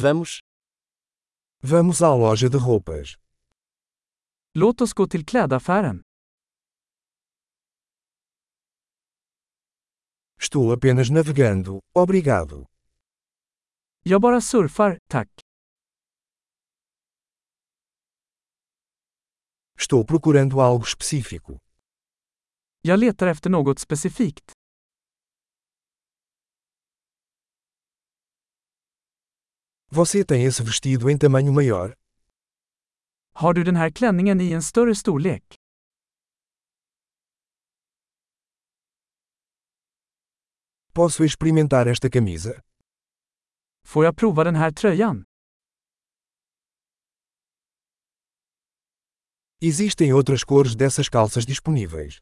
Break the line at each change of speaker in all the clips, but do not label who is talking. Vamos.
Vamos à loja de roupas.
Låt oss gå till klädaffären.
Estou apenas navegando, obrigado.
Jag bara surfar, tack.
Estou procurando algo específico.
Jag letar efter något specifikt.
Você tem esse vestido em tamanho maior?
Har du den här klänningen i en större storlek?
Posso experimentar esta camisa?
Får jag prova den här tröjan?
Existem outras cores dessas calças disponíveis.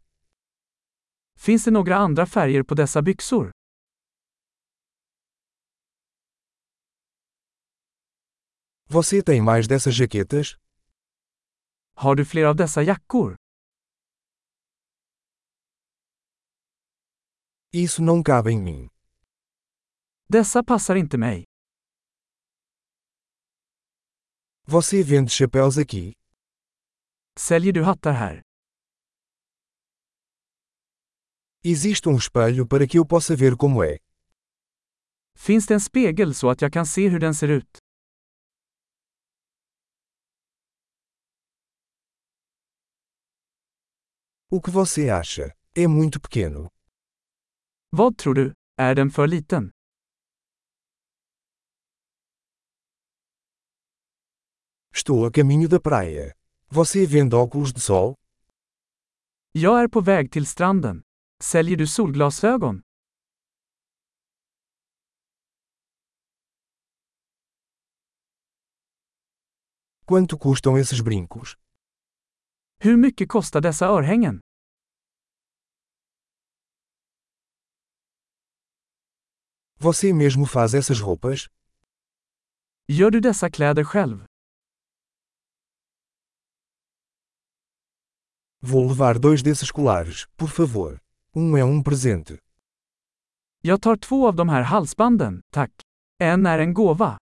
Finns det några andra färger på dessa byxor?
Você tem mais dessas jaquetas?
Har du fler av dessa jackor?
Isso não cabe em mim.
Dessa passar inte mig.
Você vende chapéus aqui?
Säljer du hattar här?
Existe um espelho para que eu possa ver como é.
Finns det en spegel så att jag kan se hur den ser ut?
O que você acha? É muito pequeno.
Vad tror du? Är den för liten?
Estou a caminho da praia. Você vende óculos de sol?
Jag är på väg till stranden. Säljer du solglasögon?
Quanto custam esses brincos?
Hur mycket kostar dessa örhängen?
Você mesmo faz essas roupas?
Gör du dessa kläder själv?
Vou levar dois desses colares, por favor. Um é um presente.
Jag tar två av de här halsbanden, tack. En är en gåva.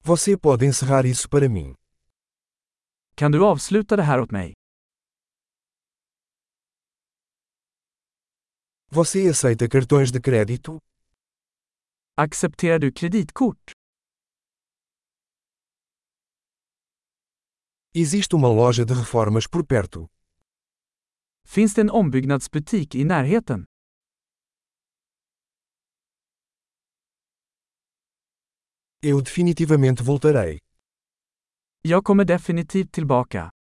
Você pode encerrar isso para mim.
Kan du avsluta det här åt mig?
Você aceita cartões de crédito?
Accepterar du kreditkort?
Existe uma loja de reformas por perto.
Finns det en ombyggnadsbutik i närheten?
Eu definitivamente voltarei.
Jag kommer definitivt tillbaka.